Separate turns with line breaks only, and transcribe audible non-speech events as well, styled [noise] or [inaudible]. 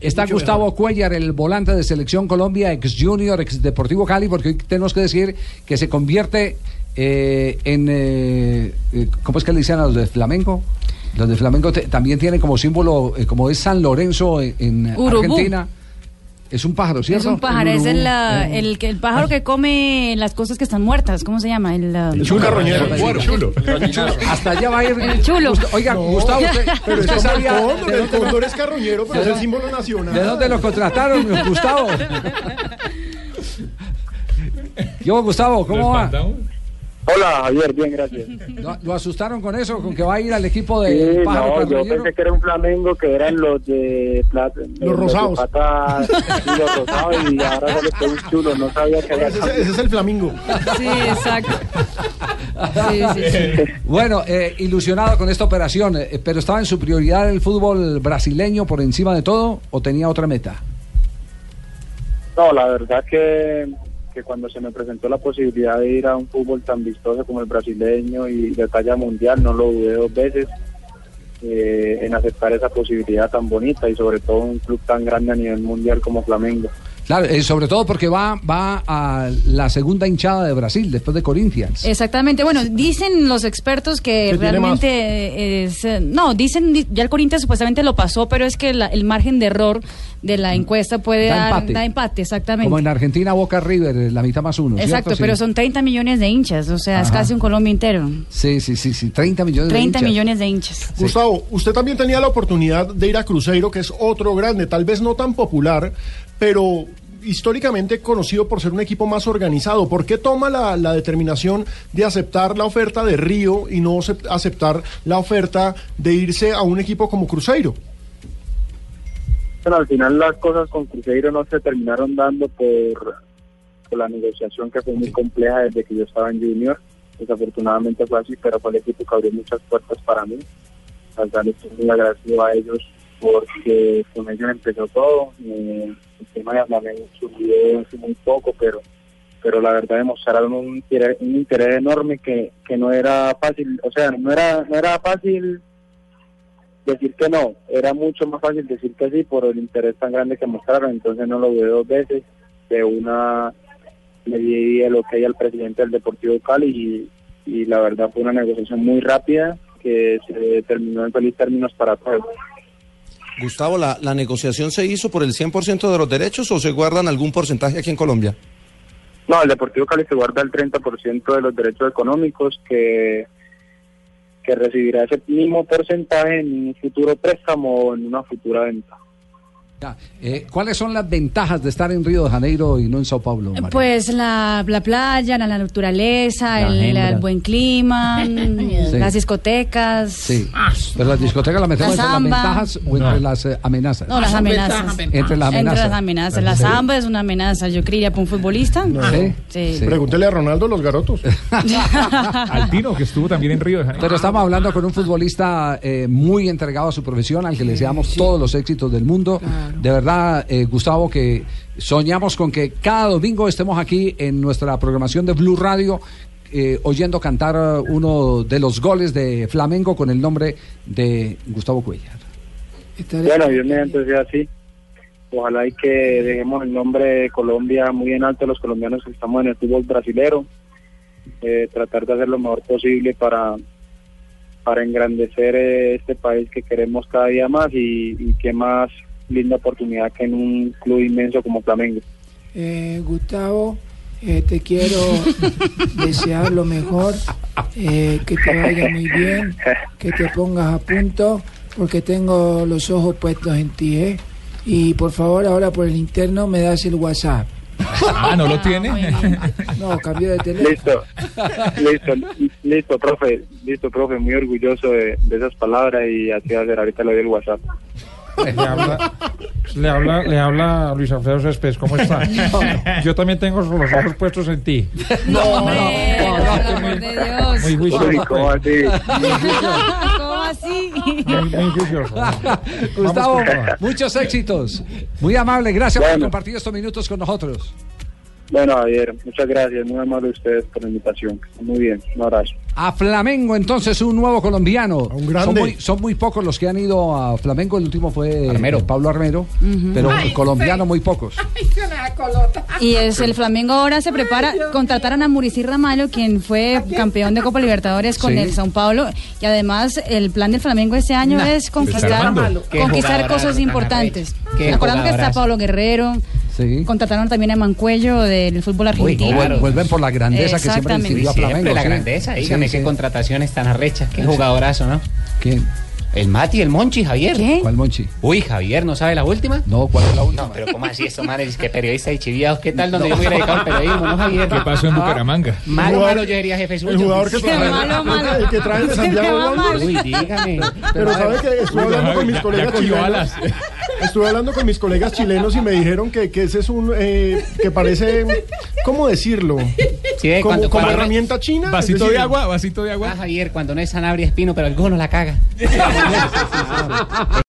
Está
Mucho
Gustavo
mejor.
Cuellar, el volante de Selección Colombia, ex Junior, ex Deportivo Cali, porque hoy tenemos que decir que se convierte eh, en. eh, eh, ¿Cómo es que le dicen a los de Flamengo? Los de Flamengo te- también tienen como símbolo, eh, como es San Lorenzo en, en
Urubú.
Argentina. Es un pájaro, ¿cierto?
Es un pájaro, es el, la-
Eh,
el, que- el pájaro que come las cosas que están muertas. ¿Cómo se llama? El, ah,
El chulo. El
Chulo.
chulo.
Hasta allá va a ir.
[laughs] El chulo.
Gust- Oiga, Gustavo, usted,
[laughs] Pero
usted
es
sabía
sabía,
de
el
dónde- [laughs]
cóndor es carroñero, pero es el símbolo nacional.
¿De dónde lo contrataron,
[laughs]
Gustavo? Yo, Gustavo, ¿cómo va?
Hola Javier, bien, gracias.
¿Lo, lo asustaron con eso? ¿Con que va a ir al equipo de
Sí,
Pájaro
no, yo
Carroñero?
pensé que era un flamengo que eran los de plata, eh, de
rosados.
pata- y los rosados y ahora sale con un chulo, no sabía que era
Ese, es- ese es el
[laughs]
flamingo.
Sí, exacto. Sí, sí, sí.
[laughs]
Bueno, eh, ilusionado con esta operación, eh, pero ¿estaba en su prioridad el fútbol brasileño por encima de todo o tenía otra meta?
No, la verdad que, que cuando se me presentó la posibilidad de ir a un fútbol tan vistoso como el brasileño y de talla mundial, no lo dudé dos veces eh, en aceptar esa posibilidad tan bonita y sobre todo un club tan grande a nivel mundial como Flamengo.
Claro, eh, sobre todo porque va, va a la segunda hinchada de Brasil después de Corinthians.
Exactamente. Bueno, dicen los expertos que,
Que tiene más.
realmente es. eh, No, dicen. di- Ya el Corinthians supuestamente lo pasó, pero es que la- el margen de error de la encuesta puede
Mm. Da
dar.
empate.
Da empate, exactamente.
Como en Argentina, Boca River, eh, la mitad más uno. ¿cierto?
Exacto,
Sí.
pero son 30 millones de hinchas. O sea, es
Ajá.
casi un Colombia entero.
Sí, sí, sí, sí, 30 millones
30
de hinchas.
millones de hinchas.
Gustavo, usted también tenía la oportunidad de ir a Cruzeiro, que es otro grande, tal vez no tan popular, pero históricamente conocido por ser un equipo más organizado. ¿Por qué toma la, la determinación de aceptar la oferta de Río y no acep- aceptar la oferta de irse a un equipo como Cruzeiro?
Bueno, al final las cosas con Cruzeiro no se terminaron dando por, por la negociación que fue muy compleja desde que yo estaba en Junior. Desafortunadamente fue así, pero fue el equipo que abrió muchas puertas para mí. Al cual estoy muy agradecido a ellos porque con ellos empezó todo. Eh, el tema de Flamengo subió hace muy poco, pero pero la verdad demostraron un interés, un interés enorme que, que no era fácil, o sea, no era, no era fácil decir que no, era mucho más fácil decir que sí por el interés tan grande que mostraron, entonces no lo dudé dos veces, de una le di el ok al presidente del Deportivo Cali y, y la verdad fue una negociación muy rápida que se terminó en feliz términos para todos.
Gustavo, ¿la, la negociación se hizo por el 100% de los derechos o se guardan algún porcentaje aquí en Colombia?
No, el Deportivo Cali se guarda el 30% de los derechos económicos que, que recibirá ese mismo porcentaje en un futuro préstamo o en una futura venta.
Ya, eh, ¿Cuáles son las ventajas de estar en Río de Janeiro y no en Sao Paulo? Oh, María?
Pues la, la playa, la naturaleza,
Las
el, el
hembras.
buen
[laughs]
clima, mm,
Sí.
las discotecas.
Sí. Pero las discotecas las metemos entre
La
las
samba.
ventajas o entre las eh, amenazas.
No, las amenazas.
Entre las
Entre
amenazas.
las amenazas. La samba es una amenaza, yo creía, para un futbolista.
Sí,
Sí.
sí.
Pregúntele a Ronaldo los garotos.
Altino, que estuvo también en Río de Janeiro.
Pero estamos hablando con un futbolista eh, muy entregado a su profesión, al que le deseamos todos los éxitos del mundo. De verdad, eh, Gustavo, que soñamos con que cada domingo estemos aquí en nuestra programación de Blue Radio. eh, oyendo cantar eh, uno de los goles de Flamengo con el nombre de Gustavo Cuellar. [laughs]
Bueno, Dios mediante sea así. Ojalá y que dejemos el nombre de Colombia muy en alto los colombianos que estamos en el fútbol brasilero. Eh, tratar de hacer lo mejor posible para, para engrandecer eh, este país que queremos cada día más y, y qué más linda oportunidad que en un club inmenso como Flamengo.
Eh, Gustavo, eh,
[laughs]
te quiero desear lo mejor, eh, que te vaya muy bien, que te pongas a punto, porque tengo los ojos puestos en ti, ¿eh? Y por favor, ahora por el interno me das el WhatsApp.
Ah, no lo tiene.
Bueno,
No, cambio de teléfono.
Listo, listo, listo, profe, listo, profe, muy orgulloso de, de esas palabras y así va a ser. Ahorita le doy el WhatsApp.
Le habla, le habla, le habla Luis Alfredo Céspedes, ¿cómo está? Yo también tengo los ojos puestos en ti.
hombre,
no,
por
no,
amor
no.
de Dios.
Muy
Uy,
juicioso.
¿cómo así?
[laughs] ¿Cómo así?
Muy, muy juicioso.
Gustavo,
con toda.
muchos éxitos. Muy amable, gracias por
Bueno.
compartir estos minutos con nosotros.
Bueno, Javier, muchas gracias, muy amable ustedes por la invitación. Muy bien, un abrazo.
A Flamengo, entonces, un nuevo colombiano.
un grande.
Son, muy, son muy pocos los que han ido a Flamengo. El último fue eh, Pablo Armero, pero colombiano muy pocos.
Y es el Flamengo ahora se prepara, contrataron a Muricy Ramalho, quien fue campeón de Copa Libertadores con
Sí.
el Sao Paulo, y además el plan del Flamengo este año es conquistar,
Ramalho.
Qué
conquistar
jugadorazo
cosas
tan
importantes.
arrecho. Qué
Recordando que está
jugadorazo.
Pablo Guerrero,
Sí.
contrataron también a Mancuello del fútbol
Uy,
argentino.
claro.
Vuelven por la grandeza que siempre
Exactamente.
distinguió a
Siempre
Flamengo.
la
sí.
grandeza,
Sí,
dígame
sí.
qué contrataciones tan arrechas, qué jugadorazo, ¿no?
¿Quién?
El Mati, el Monchi, Javier.
¿Qué?
¿Cuál Monchi?
Uy, Javier, ¿no sabe la última?
No, ¿cuál es la última?
No, pero ¿cómo así eso, man? Es que periodista y chiviados, ¿qué tal donde yo me hubiera dedicado al periodismo, no, Javier?
¿Qué pasó en Bucaramanga?
Malo,
jugador-
malo, yo sería jefe suyo.
El jugador que
Qué
trae,
malo, malo.
El que
[laughs]
trae de
Qué
Santiago
va
Wanderers.
mal.
Uy, [laughs] dígame.
Pero sabe que estuve hablando con mis
Ya- ya
colegas
cogió
chilenos.
alas.
[laughs] Estuve hablando con mis colegas chilenos y me dijeron que, que ese es un eh, que parece ¿cómo decirlo?
Sí, ve,
Como,
cuando-
como
cuando-
herramienta china. es
Vasito de
decir,
agua, vasito de
Ah,
agua.
Javier, cuando no es Sanabria Espino, pero alguno la caga.